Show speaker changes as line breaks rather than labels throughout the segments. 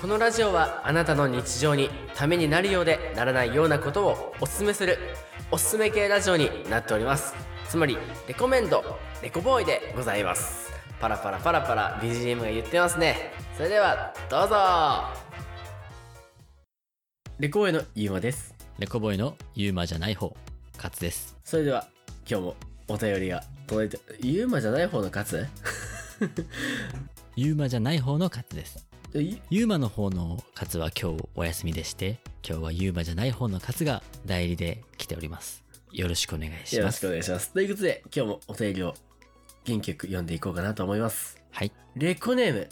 このラジオはあなたの日常にためになるようでならないようなことをおすすめするおすすめ系ラジオになっておりますつまりレコメンドレコボーイでございますパラパラパラパラ BGM が言ってますねそれではどうぞレコボーイのゆうまです
レコボーイのユーマじゃない方、カツです。
それでは今日もお便りが届いてユーマじゃない方の勝
ユーマじゃない方のカツです。
つい
ユーマの方のカツは今日お休みでして、今日はユーマじゃない方のカツが代理で来ております。よろしくお願いし
よろ
ま
しくお
す。
願いしますということで今日もお便りを元気よく読んでいこうかなと思います
はい。
レコネーム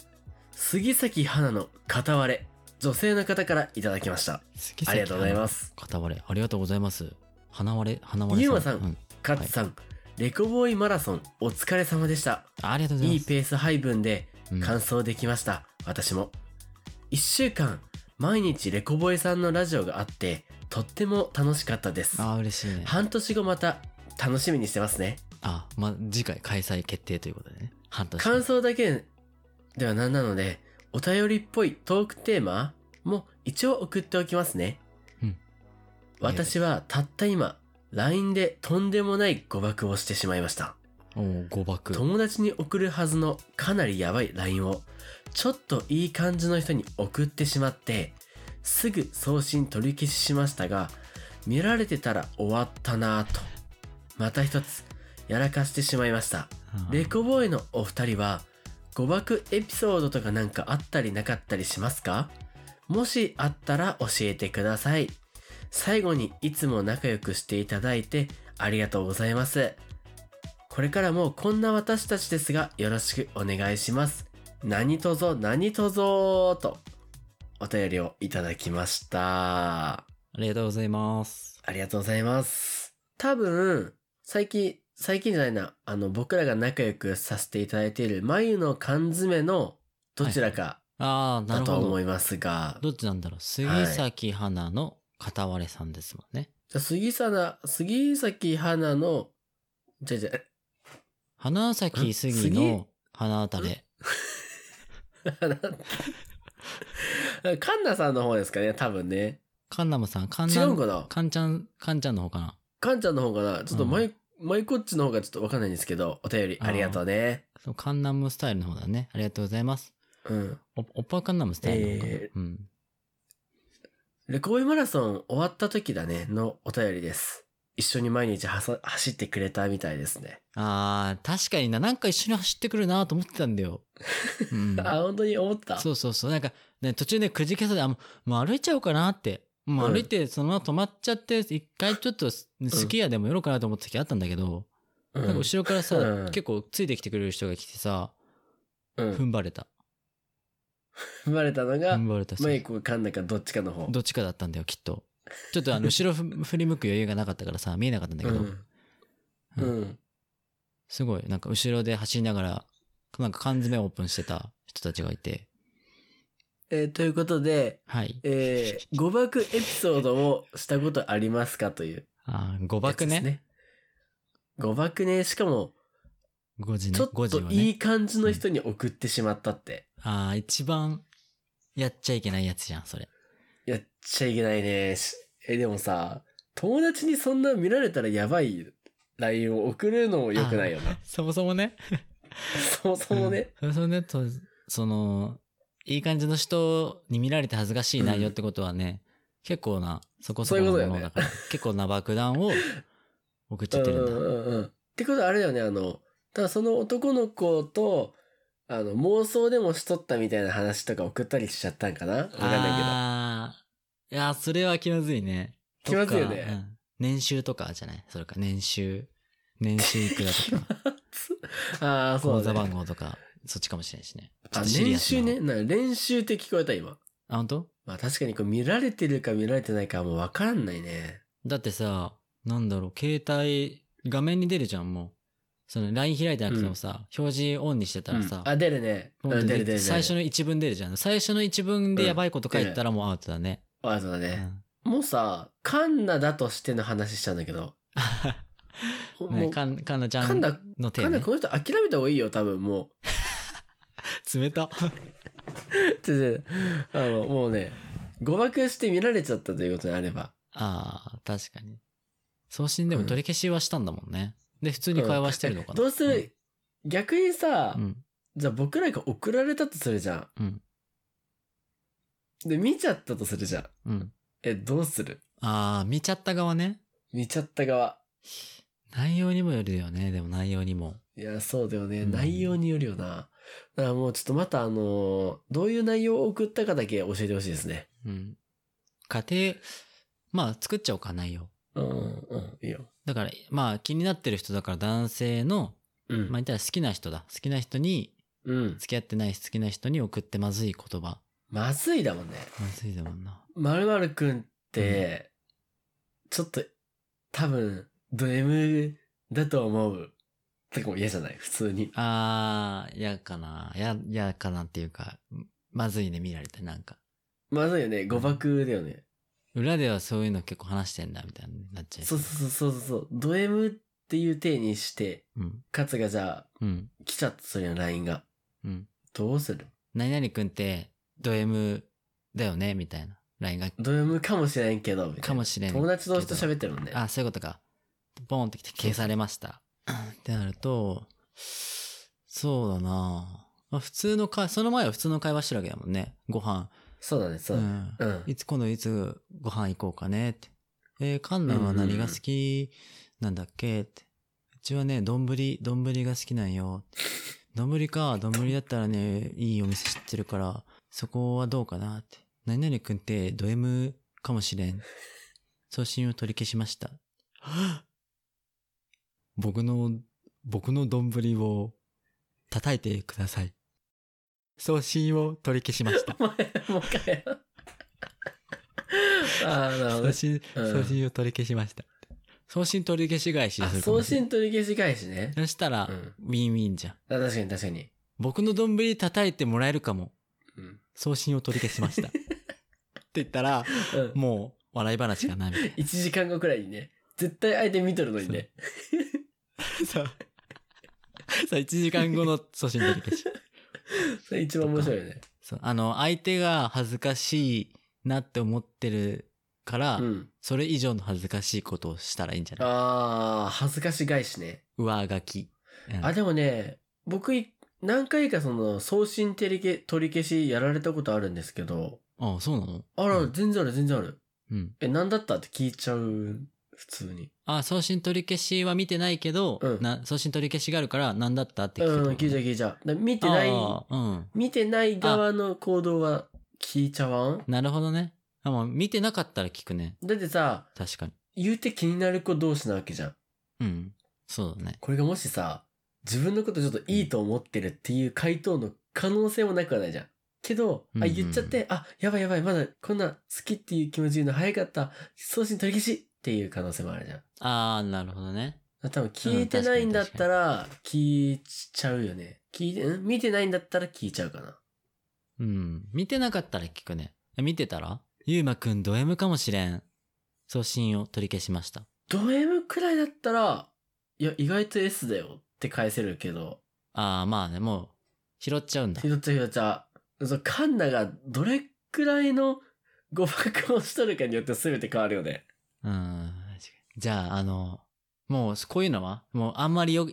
杉咲花の片割れ女性の方からいただきました
杉
ありがとうございます
花。片割れ、ありがとうございます。花割れ、花割れ。
ユーマさん
う
勝さん、レコボーイマラソンお疲れ様でした
ありがとうござい
い
ま
い
す。
ペース配分で
うん
完走できました、私も1週間毎日レコボーイさんのラジオがあってとっても楽しかったです
あー、嬉しいね。
半年後また楽しみにしてますね
あ、まあ、次回開催決定ということでね。半年。
感想だけではなんなのでお便りっぽいトークテーマも一応送っておきますね、
うん
私はたった今 LINE でとんでもない誤爆をしてしまいました
おー、誤爆。
友達に送るはずのかなりやばい LINE をちょっといい感じの人に送ってしまってすぐ送信取り消ししましたが見られてたら終わったなぁとまた一つやらかしてしまいました
うん
レコボーイのお二人は誤爆エピソードとかなんかあったりなかったりしますかもしあったら教えてください最後にいつも仲良くしていただいてありがとうございますこれからもこんな私たちですがよろしくお願いします何とぞ何とぞとお便りをいただきました
ありがとうございます。
ありがとうございます。多分、最近、最近じゃないな、あの、僕らが仲良くさせていただいている、眉の缶詰のどちらか
あー、な
だ
る
とは
ほど
思。いますが、
どっちなんだろう杉咲花の片割れさんですもんね。
じゃあ杉さな、杉咲花の、じゃあじゃ
花咲杉の花あたれ。
あなんだ、カンナさんの方ですかね、多分ね。
カンナムさん、カン
違
ナ
うん
ム、
かな
カンちゃん、カンちゃんの方かな
カンちゃんの方かなちょっと
うん
眉、マイこっちの方がちょっとわかんないんですけど、お便りありがとうね。
そうカンナムスタイルの方だね。ありがとうございます。
うん。
おおっぱカンナムスタイルの方かな、
え
うん。
レコボイマラソン終わった時だね、のお便りです。一緒に毎日はさ走ってくれたみたいですね。
あー、確かにな、なんか一緒に走ってくるなと思ってたん だよ。うん、
あ、本当に思った
そうそうそう。なんか、ね、途中でくじけそうで、あ、もうもう歩いちゃおうかなって。もう歩いて、そのまま止まっちゃって、一回ちょっとす、スキー屋でも寄ろうかなと思った時あったんだけど、
う
なんか後ろからさ、
うん
結構ついてきてくれる人が来てさ、
ん。う
踏
ん。
ん張れた。
踏まれたのが
踏、ん張れた。そう
マイクかんだかどっちかの方。
どっちかだったんだよ、きっと。ちょっとあの、後ろふ振り向く余裕がなかったからさ、見えなかったんだけど、
うん。う
うん
ん。
すごい、なんか後ろで走りながら、なんか缶詰オープンしてた人たちがいて、
えーということで、
はい。
え ー、誤爆エピソードをしたことありますかという
あー誤
やつ
爆
です、
ね。
誤爆ね。しかも、
5時ね。
ちょっ
5時
と
はね。
いい感じの人に送ってしまったって。
ああ、一番やっちゃいけないやつじゃん、それ。
やっちゃいけないね。しえ、でもさ、友達にそんな見られたらやばい LINE を送るのも良くないよね。
そもそもね。
そもそもね。
うん。そもそもね、とその、いい感じの人に見られて恥ずかしい内容ってことはね、結構な、そこそこのものだから、結構な爆弾を 送っちゃってるんだ。
うんうんうんうん。ってことはあれだよね、あの、ただその男の子と、あの、妄想でもしとったみたいな話とか送ったりしちゃったんかなわかんない
ああーいやー、それは気まずいね。
気まずいよね
とかうん年収とかじゃないそれか、年収。年収い くらとか、
けど。ああ、そ
口
うだ
座番
ね。
号とか、そっちかもしれないしね。ちょ
あ、
っとシリア
練
スな
習ね。。なんか練習って聞こえた今。
あ、本当？
まあ確かにこう見られてるか見られてないかはもうわからんないね。
だってさ、なんだろう、携帯、画面に出るじゃん、もう。その LINE 開いてなくてもさ、表示オンにしてたらさ、
あ、出るね。う
ポ
ん
ンって
出る出る出る。
最初の一文出るじゃん。最初の一文でやばいこと書いたらもうアウトだね。
あ、そうだ
う
ね。
ん
もうさ、カンナだとしての話したんだけど。も
ね
う、カ
かん、かんなちゃ
ン
ん
ナ、
の手
カンナ
ね
こ。の人諦めた方がいいよ、多分もう。
冷た。
違う違うあの、もうね、誤爆して見られちゃったということであれば。
ああ、確かに。送信でも取り消しはしたんだもんね。で、普通に会話してるのかな。
どうする、逆にさ、
うん。
じゃあ僕らが送られたとするじゃ
うん。
ん。で、見ちゃったとするじゃん。
うん。
え、どうする
ああ、見ちゃった側ね。
見ちゃった側。
内容にもよるよね。でも内容にも。
いや、そうだよね。
うん
内容によるよな。だからもうちょっとまたあのーどういう内容を送ったかだけ教えてほしいですね。
うん。家庭、まあ作っちゃおうか、内容。
うん、うん、いいよ。
だから、まあ気になってる人だから男性の、
うん。
まあ言ったら好きな人だ。好きな人に、
うん。
付き合ってない好きな人に送ってまずい言葉。
まずいだもんね。
まずいだもんな。
まるまるくんって、ちょっと、多分、ド M だと思う。とかも嫌じゃない普通に。
あー、嫌かな。や、嫌かなっていうか、まずいね、見られて、なんか。
まずいよね。誤爆だよね。
裏ではそういうの結構話してんだ、みたいになっちゃう。
そうそうそうそうそう。ド M っていう体にして、
うん。
カツがじゃあ、
うん。
来ちゃったそれの LINE が。
うん。
どうする
何々くんって、ド M だよね、みたいな。LINE が、
ド M かもしれんけど、みたいな。
かもしれんけど。
友達同士と喋ってるもんね。
あ、そういうことか。ボーンってきて消されました。ってなると、そうだなまあ普通の会、その前は普通の会話してるわけだもんね。ご飯。
そうだね、そう
う
だね。
ん
うん。
いつ、今度いつご飯行こうかねって。えー、カンナは何が好きなんだっけって。うちはね、丼、丼が好きなんよ。丼か、丼だったらね、いいお店知ってるから、そこはどうかなって。何々くんってド M かもしれん。送信を取り消しました。 僕の、僕の丼を叩いてください。送信を取り消しました。
お前、もう一回や ろう。ああ、なるほど
送。信、
うん
送信を取り消しました。送信取り消し返し
あ、
するかも
送
しれな
信
い
取り消し返しね。
そしたら、
うん
ウィンウィンじゃん。
あ確かに確かに。
僕の丼叩いてもらえるかも。
うん。
送信を取り消しました。って言ったら、
うん
もう、笑い 話がないみたい
1時間後くらいにね。絶対相手見とるのにね。
な。そう。そう、1時間後の送信取り消し。
それ一番面白いよね。
そう。あの、相手が恥ずかしいなって思ってるから、
うん。
それ以上の恥ずかしいことをしたらいいんじゃない
ああ、恥ずかし返しね。
上書き。うん
あ、でもね、僕い、何回かその、送信取り消取り消しやられたことあるんですけど、
あ、そうなの
あら、
うん
全然ある、全然ある。
うん。
え、何だったって聞いちゃう、普通に。
あ、送信取り消しは見てないけど、
うん
な送信取り消しがあるから何だったって聞
うん、
いて
聞いちゃう、聞いちゃう。だ見てない、
うん。
見てない側の行動は聞いちゃわん
なるほどね。あ、もう見てなかったら聞くね。
だってさ、
確かに。
言うて気になる子同士なわけじゃん。
うん。そうだね。
これがもしさ、自分のことちょっといいと思ってるっていう回答の可能性もなくはないじゃん。けど、
うんう
あ、
ん
言っちゃって、あ、やばいやばい、まだこんな好きっていう気持ち言うの早かった、送信取り消しっていう可能性もあるじゃん。
あー、なるほどね。
多分聞いてないんだったら聞いちゃうよね。聞いて、ん見てないんだったら聞いちゃうかな。
うん。見てなかったら聞くね。え見てたらゆうまくんド M かもしれん。送信を取り消しました。
ド M くらいだったら、いや、意外と S だよって返せるけど、
あー、まあね、もう、拾っちゃうんだ。
ひどっちゃひどっちゃ。そう、カンナがどれくらいの誤爆をしとるかによって全て変わるよね。
うん。確かにじゃあ、あの、もう、こういうのはもう、あんまりよ、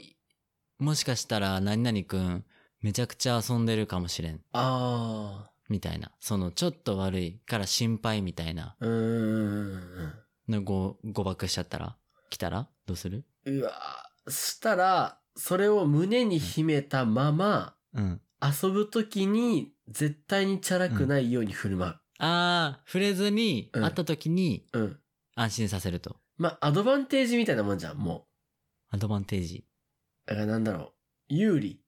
もしかしたら、何々くん、めちゃくちゃ遊んでるかもしれん。
あ
みたいな。その、ちょっと悪いから心配みたいな。
あ、うーん。
のご、誤爆しちゃったら来たらどうする
うわしたら、それを胸に秘めたまま、
うん。
遊ぶときに絶対にチャラくないように振る舞
あー、触れずに、
うん
会った時に、
う。うん。
安心させると。
まあ、アドバンテージみたいなもんじゃん、も
アドバンテージ。
う。だからなんだろう。有利。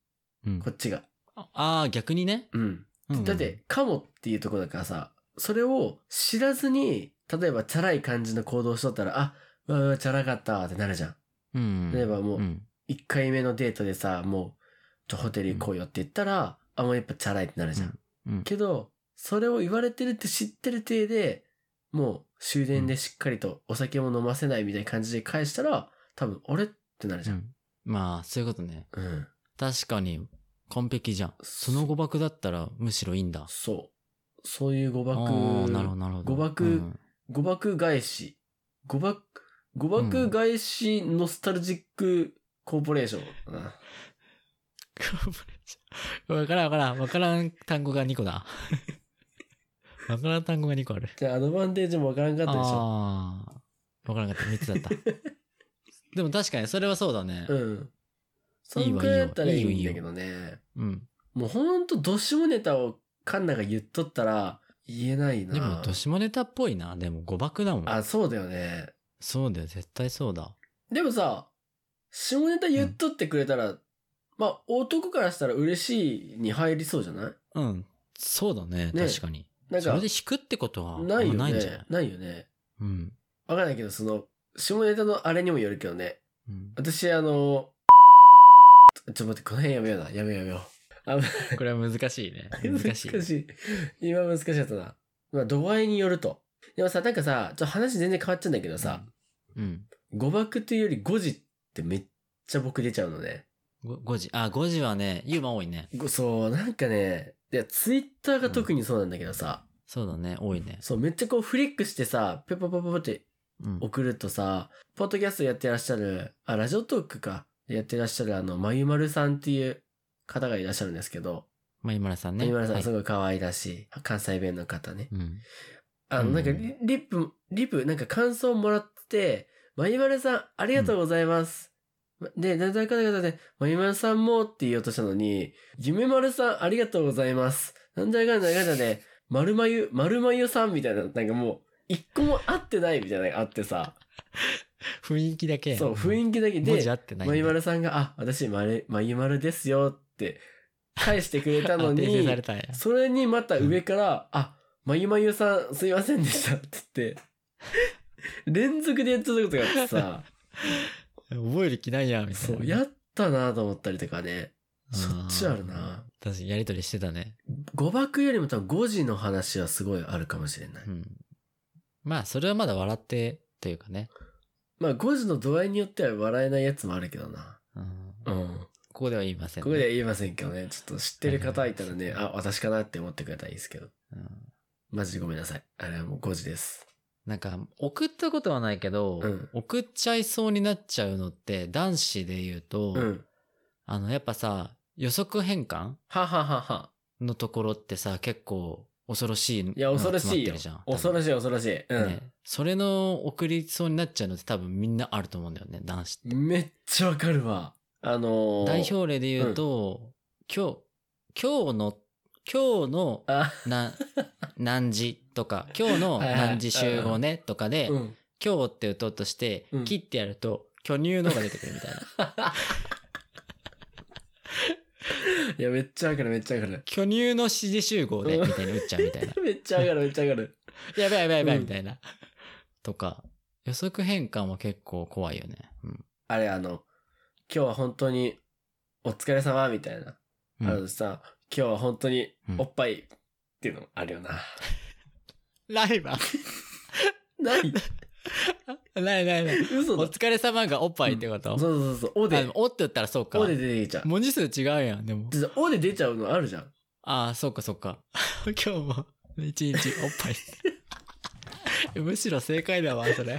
うん
こ。っちが。
あー、逆にね。
うん。
うんうん
だって、、かもっていうところだからさ、それを知らずに、例えばチャラい感じの行動しとったら、あ、うわうわチャラかったってなるじゃん。
うん。。
例えばもうん一回目のデートでさ、もう、ちょホテル行こうよって言ったら、あ、もうやっぱチャラいってなるじゃん。
うん。
けど、それを言われてるって知ってる体で、もう終電でしっかりとお酒も飲ませないみたいな感じで返したら、多分、あれってなるじ
う
ゃん。
んまあ、そういうことね。
うん。
確かに、完璧じゃん。その誤爆だったらむしろいいんだ。
そう。そういう誤
あー
爆、
なるほど、なるほど。
誤爆
うん
誤爆返し、誤爆、誤爆返しノスタルジックコーポレーションだな。
わからんわからん。わからん単語が2個だ。 わからん単語が2個ある。
じゃあアドバンテージもわからんかったでしょ。
ああ。わからなかった。3つだった。 でも確かにそれはそうだね。
うん。そんくらいだったらいいんだけどね。
うん。
もうほんとどしもネタをカンナが言っとったら言えないな。
でも、どしもネタっぽいな。でも、誤爆だもん。
あ、そうだよね。
そうだよ。絶対そうだ。
でもさ、下ネタ言っとってくれたら、まあ男からしたら嬉しいに入りそうじゃない
うん。そうだね。
ね
確かに。
なん
そ
か
れで、引くってことは、
ないよ
ないんじゃな
ね
い。
ないよね。
うん。
わかんないけど、その、下ネタのあれにもよるけどね。
うん
私、あの、ちょっと待って、この辺やめような。やめようやめよう。
これは 難しいね
あ。難しい。今難しかったな。まあ、度合いによると。でもさ、なんかさ、ちょっと話全然変わっちゃうんだけどさ、
うん。
誤爆というより誤字ってめっちゃ僕出ちゃうのね。
5時。あ、5時はね、ユーマ多いね。
ごそう、なんかね、いや、ツイッターが特にそうなんだけどさ、
そうだね、多いね。
そう、めっちゃこうフリックしてさ、ペパパパパって
うん。
送るとさ、ポッドキャストやってらっしゃる、あ、ラジオトークか、やってらっしゃるあの、まゆまるさんっていう方がいらっしゃるんですけど、
まあ、今村さん
ま
ね。
ゆまるさ
は
ん
い
すごい可愛らしい、関西弁の方ね。
うん。
あの、
うん
なんかリ、リップ、リップ、なんか感想もらって、まゆまるさん、ありがとうございます。で、なんだかんだかんだで、まゆまるさんもって言おうとしたのに、ゆめまるさん、ありがとうございます。なんだかんだかんだで、まるまゆ、まるまゆさんみたいな、なんかもう、一個も合ってないみたいなのがあってさ、
雰囲気だけ。
そう、雰囲気だけ
文字
で
合、ってないんだ。
まゆまるさんが、あ、私、まる、まゆまるですよって、返してくれたの
あ訂正
に
さ、れたんや。
それにまた上から、あ、まゆまゆさんすいませんでしたって言って、連続でやっちゃったことがあってさ、
覚える気ないや、みたい
そ
な。
う、やったなと思ったりとかね、
うん
そっちあるな。
確かにやりとりしてたね。
誤爆よりも多分5時の話はすごいあるかもしれない。
うん。まあ、それはまだ笑って、というかね。
まあ5時の度合いによっては笑えないやつもあるけどな。
うん。
う
こ
ん。
こでは言いませんね。
ここでは言えませんけどね、ちょっと知ってる方いたらね、あ、私かなって思ってくれたらいいですけど。
うん
マジでごめんなさい。あれはもう5時です。
なんか、送ったことはないけど
うん、
送っちゃいそうになっちゃうのって、男子で言うと
う、ん。
あの、やっぱさ、予測変換
はははは。
のところってさ、結構恐ろしいの
いや、恐ろしいよ
が集まっ。てるじゃん
恐ろしい、恐ろしい。うん。
ね、それの送りそうになっちゃうのって多分みんなあると思うんだよね、男子って。
めっちゃわかるわ。あのー、
代表例で言うと、今日、今日の、今日の
あ、
な 何時とか、今日の
はいはい
何時集合ねとかで、
うん。
今日って打とうとして
うん、
切ってやると、巨乳のが出てくる みたいな。
いや、めっちゃわかる、めっちゃわかる。
巨乳の指示集合で、みたいに打っちゃうみたいな。
めっちゃわかる、めっちゃわかる。
やばいやばいやばい
うん
みたいな。とか、予測変換は結構怖いよね。うん。
あれ、あの、今日は本当に、お疲れ様、みたいな。
うん
あのさ、今日は本当に
う、ん
おっぱい、っていうのあるよな。
ライバー
ない
ないないない。
嘘
お
だ。
疲れ様がおっぱいってこと、
そうそうそうそう。お
あ
で
でも、、おって言ったらそうか
お。で出てきちゃう。
文字数違うやん、でも。
実はおで出ちゃうのあるじゃん。
ああ、そうかそうか。 今日も、一日おっぱい。 むしろ正解だわ、そ れ。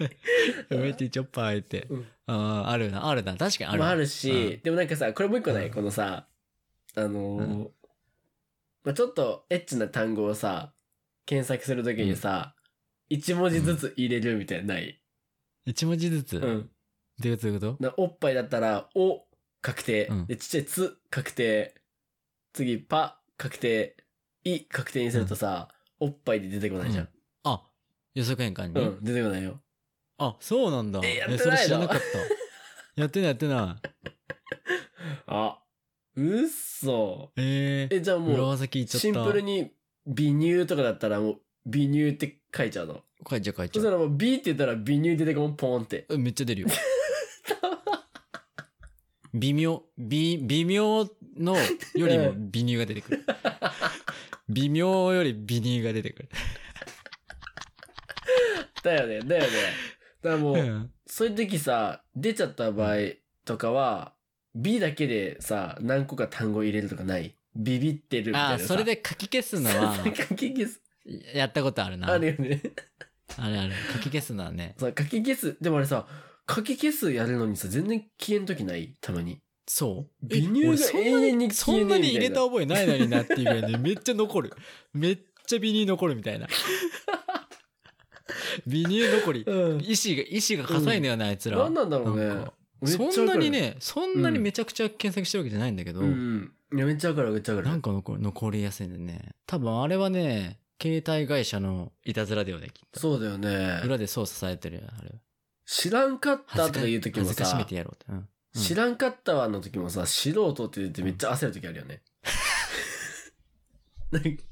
一日おっぱいって。
うん
ああ、あるな、あるな。確かにある。
もあるし、
うん
でもなんかさ、これもう一個ない、
うん
このさ、あのー
うん
まあちょっとエッチな単語をさ、検索するときにさ、一、文字ずつ入れるみたいなない。
一文字ずつ。
う
ど
ん。
ういうことどういうこと
なおっぱいだったら、お、確定。
うん
で、ちっちゃいつ、確定。次、ぱ、確定。い、確定にするとさ、おっぱいで出てこないじゃん。
あ、予測変換
う
に。
ん、出てこないよ。
あ、そうなんだ。
えやって
それ
ないの
知らなかった。やってないやってない。
あ、うっそ。
ええ
え、じゃあ
裏
もう、
技聞いちゃった。
シンプルに、微乳とかだったらもう、微乳って書いちゃうの。
書いちゃう書い
そ
ちゃ
し
う
たらもう B って言ったら微乳出てこんポーンって。
うんめっちゃ 出るよ。微妙、微、微妙のよりも微乳が出てくる。微妙より微乳が出てくる。
だよね、だよね。だからも
う
う、
ん
そういう時さ、出ちゃった場合とかは、 B だけでさ、何個か単語入れるとかないビビってるみたいな
ああ、
さ
それで書き消すの
なん
は、
か書き消す。
やったことあるな。
あるよね。
あれあれ。書き消すのはね。
さ、書き消す。でもあれさ、書き消すやるのにさ、全然消えんときないたまに。
そう。
微乳が
俺そんな
永遠に
そ
消え
ん
ね
な
えみたいな
に入れた覚えないのになっていうぐらいね、めっちゃ残る。めっちゃ微乳残るみた いな。微乳残り。
うん。
意志が、意志が硬いのよな、あいつら。
何なんだろうね
なんか。
めっちゃわか
そ
る
んなに。ね、そんなにめちゃくちゃ検索してるわけじゃないんだけど、
うんうん。いやめっちゃわかる、めっちゃわか
な
る
ん。か残残りやすいんだよね。多分あれはね、携帯会社のいたずらだよね、きっと。
そうだよね。
裏で操作されてるよ、あれ。
知らんかった
恥ず
と
か
か言うときも
恥ずかしめ
さ
て、やろうって。うんうん
知らんかったわの時もさ、素人って言ってめっちゃ焦るときある よね。なんか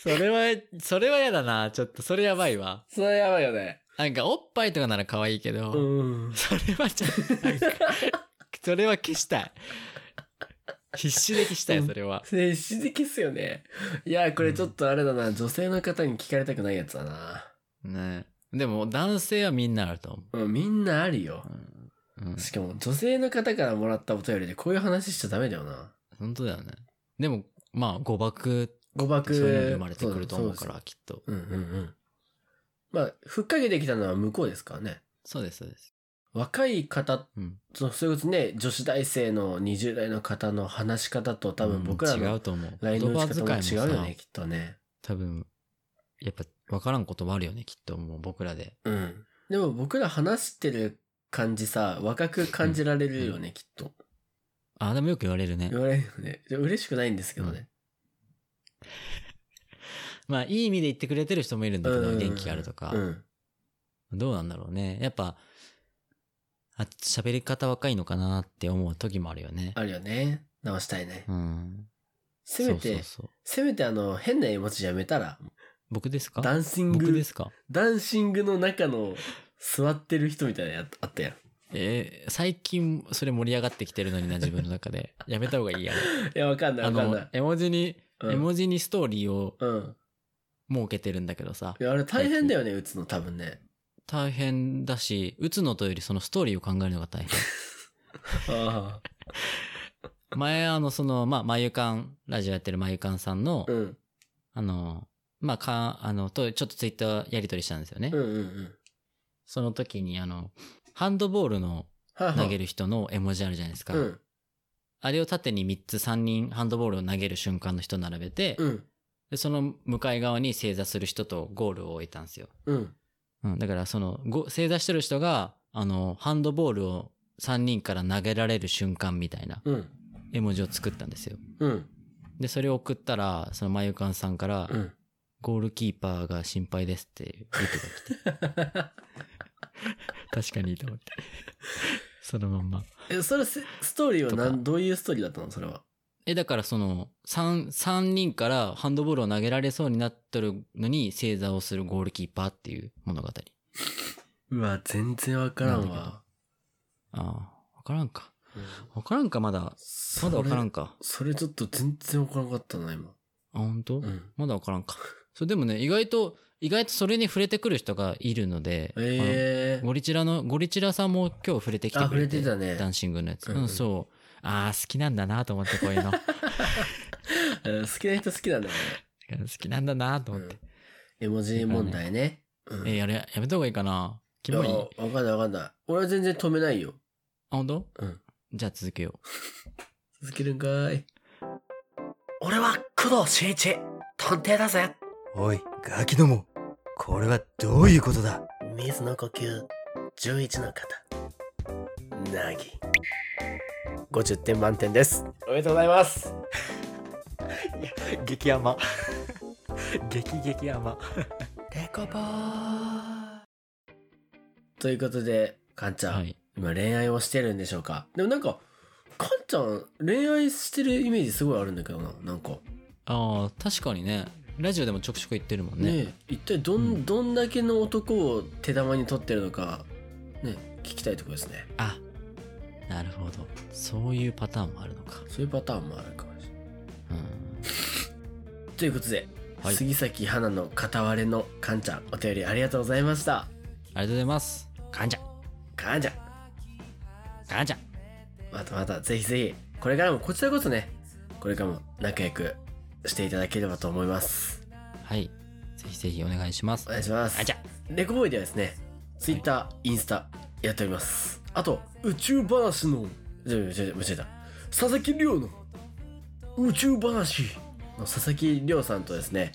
それは、それはやだな。ちょっと、それやばいわ。
それやばいよね。
なんか、おっぱいとかなら可愛いけど、
うん。
それはちょっと、なんかそれは消したい。必死で消したい、それは。
静止的っすよね。いや、これちょっとあれだな、女性の方に聞かれたくないやつだな。
ねでも、男性はみんなあると思
うん、みんなあるよ。
う。うん。
しかも、女性の方からもらったお便りでこういう話しちゃダメだよな。
本当だよね。でも、まあ、誤爆って
誤
そ
爆。
ういうので生まれてくると思うか
そ
ら、きっと。
うです。うんうんうん。まあ、ふっかけてきたのは向こうですからね。
そうです、そうです。
若い方、
うん。
そうそれこそね、女子大生の20代の方の話し方と多分僕ら
うん違
の
うと思う。
LINE
言
の
葉
打ち
遣
方も
いも
違うよね、きっとね。
多分、やっぱ、わからんこともあるよね、きっと、もう僕らで。
うん。でも僕ら話してる感じさ、若く感じられるよね、きっと。
あ、でもよく言われるね
言。われるよね。で嬉しくないんですけどね。
まあ、いい意味で言ってくれてる人もいるんだけ
う
ど、
ん
元気があるとか
う。ん。
どうなんだろうね。やっぱ、あ、喋り方若いのかなって思う時もあるよね。
あるよね。直したいね。
うん。
せめて、
そうそうそう。
せめてあの、変な絵文字やめたら、
僕ですか
ダンシン
僕で
グ、
すか
ダンシングの中の座ってる人みたいなやつあったやん。い
えー最近それ盛り上がってきてる のにな、自分の中で。やめた方がいいや。
や、わかんない
あ
わかんな
の
い、。
絵文字に、
うん
絵文字にストーリーを
うん。
設けてるんだけどさ
い。や、あれ大変だよね、打つの多分ね。
大変だし、打つのとよりそのストーリーを考えるのが 大変。
あ
前、あの、その、まあ、まゆかん、ラジオやってるまゆかんさんの
あ。う、ん。
あの、まあ、か、あの、と、ちょっとツイッターやりとりしたんですよね。
うんうんうん。
その時にあの、ハンドボールの
は
投げ
る
る人の絵文字あるじゃないですか。
うん。
あれを縦に3つ3人ハンドボールを投げる瞬間の人並べて、
うん。
でその向かい側に正座する人とゴールを置いたんですよ。
うん。
うん、だからその、ご正座してる人が、あの、ハンドボールを3人から投げられる瞬間みたいな
うん。
絵文字を作ったんですよ。
うん。
で、それを送ったら、そのまゆかんさんから、
うん。
ゴールキーパーが心配ですっていう意図が来て、 確かにいいと思って。 そのまんま。
え、それス、ストーリーはな
と
ん、どういうストーリーだったのそれは。
え、だからその、三、三人からハンドボールを投げられそうになっとるのに正座をするゴールキーパーっていう物語。あ
うわ、全然わからんわ。
あ、わからんか。
うん
わからんか、まだ。まだわからんか。
それちょっと全然わからなかったな、今。
あ、本当、
うん。
まだわからんか。そう、でもね、意外と、意外とそれに触れてくる人がいるので、
え
あ
え
のゴリチラの、ゴリチラさんも今日触れてきてくれて。
あ、触れてたね。
ダンシングのやつ。
うん
う
うん
ん、そう。ああ、好きなんだなと思って、こう いうの。好
うん 好きな人好きなんだよね。
きなんだなと思って。
絵文字問題ね。うん
えー、やれ、やめた方がいいかなキ
いや
モい
わかんないわかんない。俺は全然止めないよ。
あ、本当
うん。
じゃあ続けよう。
続けるんかーい。俺は工藤新一、探偵だぜ。
おい、ガキども。これはどういうことだ
水の呼吸、11の方。なぎ。50点満点です。おめでとうござい ます。
激 甘。激激甘。
デコボということで、かんちゃん、
はい。
今恋愛をしてるんでしょうかでもなんか、かんちゃん、恋愛してるイメージすごいあるんだけどな、なんか。
ああ、確かにね。ラジオでもちょくちょく言ってるもんね。
ねえ一体どん,、
うん
どんだけの男を手玉に取ってるのか、ね、聞きたいところですね。
あ、なるほど。そういうパターンもあるのか。
そういうパターンもあるかもしれない。
うん。
ということで、
はい
杉咲花の片割れのかんちゃん、お便りありがとうございました。
ありがとうございます。かんじゃ。
かんちゃん、
かなちゃん。
またまた、ぜひぜひ、これからも、こちらこそね、これからも仲良くしていただければと思います。
はい。ぜひぜひお願いします。
お願いします。
あちゃん。
レコボーイではですね、ツイッター、インスタやっております。あと、宇宙話の、違う違う違う間違えた。佐々木亮の宇宙話の佐々木亮さんとですね、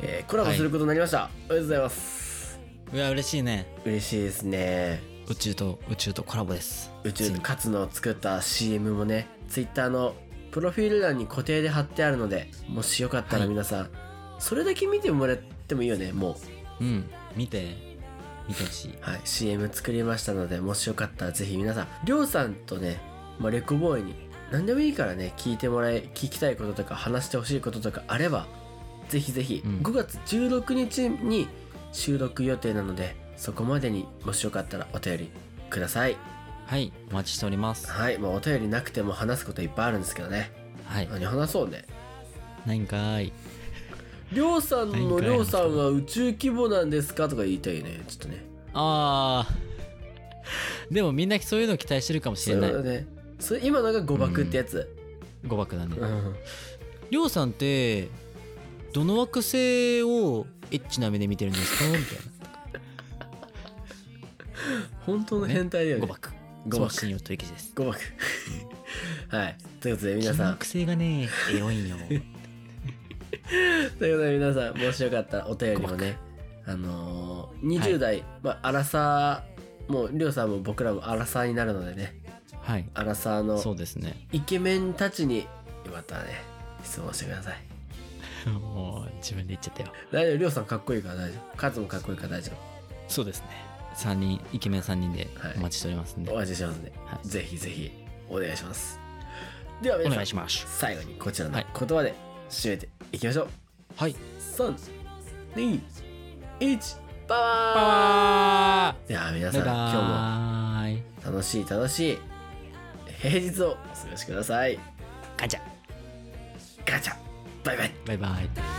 えーコラボすることになりました。おめでとうございます。
うわ、嬉しいね。
嬉しいですね。
宇宙と宇宙とコラボです。
宇宙
ついに
勝の作った CM もね、ツイッターのプロフィール欄に固定で貼ってあるので、もしよかったら皆さん、それだけ見てもらってもいいよね、もう。
うん。見て。見てほしい。
はい、CM 作りましたのでもしよかったらぜひ皆さんりょうさんとね、まあ、レコボーイに何でもいいからね聞いてもらえ聞きたいこととか話してほしいこととかあればぜひぜひ、
うん
5月16日に収録予定なのでそこまでにもしよかったらお便りください
はい。お待ちしております。
はいもうお便りなくても話すこといっぱいあるんですけどね
はい。
何話そうね
ないんかーい。
りょうさん
何
の
か
りょうさんは宇宙規模なんですかとか言いたいねちょっとね
あー。 でもみんなそういうの期待してるかもしれない。
それねそれ今のが誤爆ってやつ、
誤爆だね。
うん
りょうさんって、どの惑星をエッチな目で見てるんですかみたい
本当の変態だよ
な。
ね
誤爆。
誤爆
送信用取り消しです。
誤爆はいということで皆
金
さん
惑星がね、エロい んよ。
ということで皆さんもしよかったらお便りもねあのー、
はい
20代、まあアラサーもうりょうさんも僕らもアラサーになるのでね
はい。
アラサー
そう
の
ですね。
イケメンたちによかったらね質問してください
もう自分で言っちゃったよ。
大丈夫りょうさんかっこいいから大丈夫カズもかっこいいから大丈
そうですね。三人、イケメン3人で
はい
お待ちしておりますんで。
夫お味しますんで
はい
ぜひぜひお願いしますでは
お
皆さ
願
ん
いします。
最後にこちらの
はい
言葉で締めていきましょう、
はい。
三、二、一、バワ
バ
ー。では皆
イ
さん
バ
今
イバイ。
日も楽しい楽しい平日をお過ごしください。
ガチャ。
ガチャ、バイバイ。
バイバイ。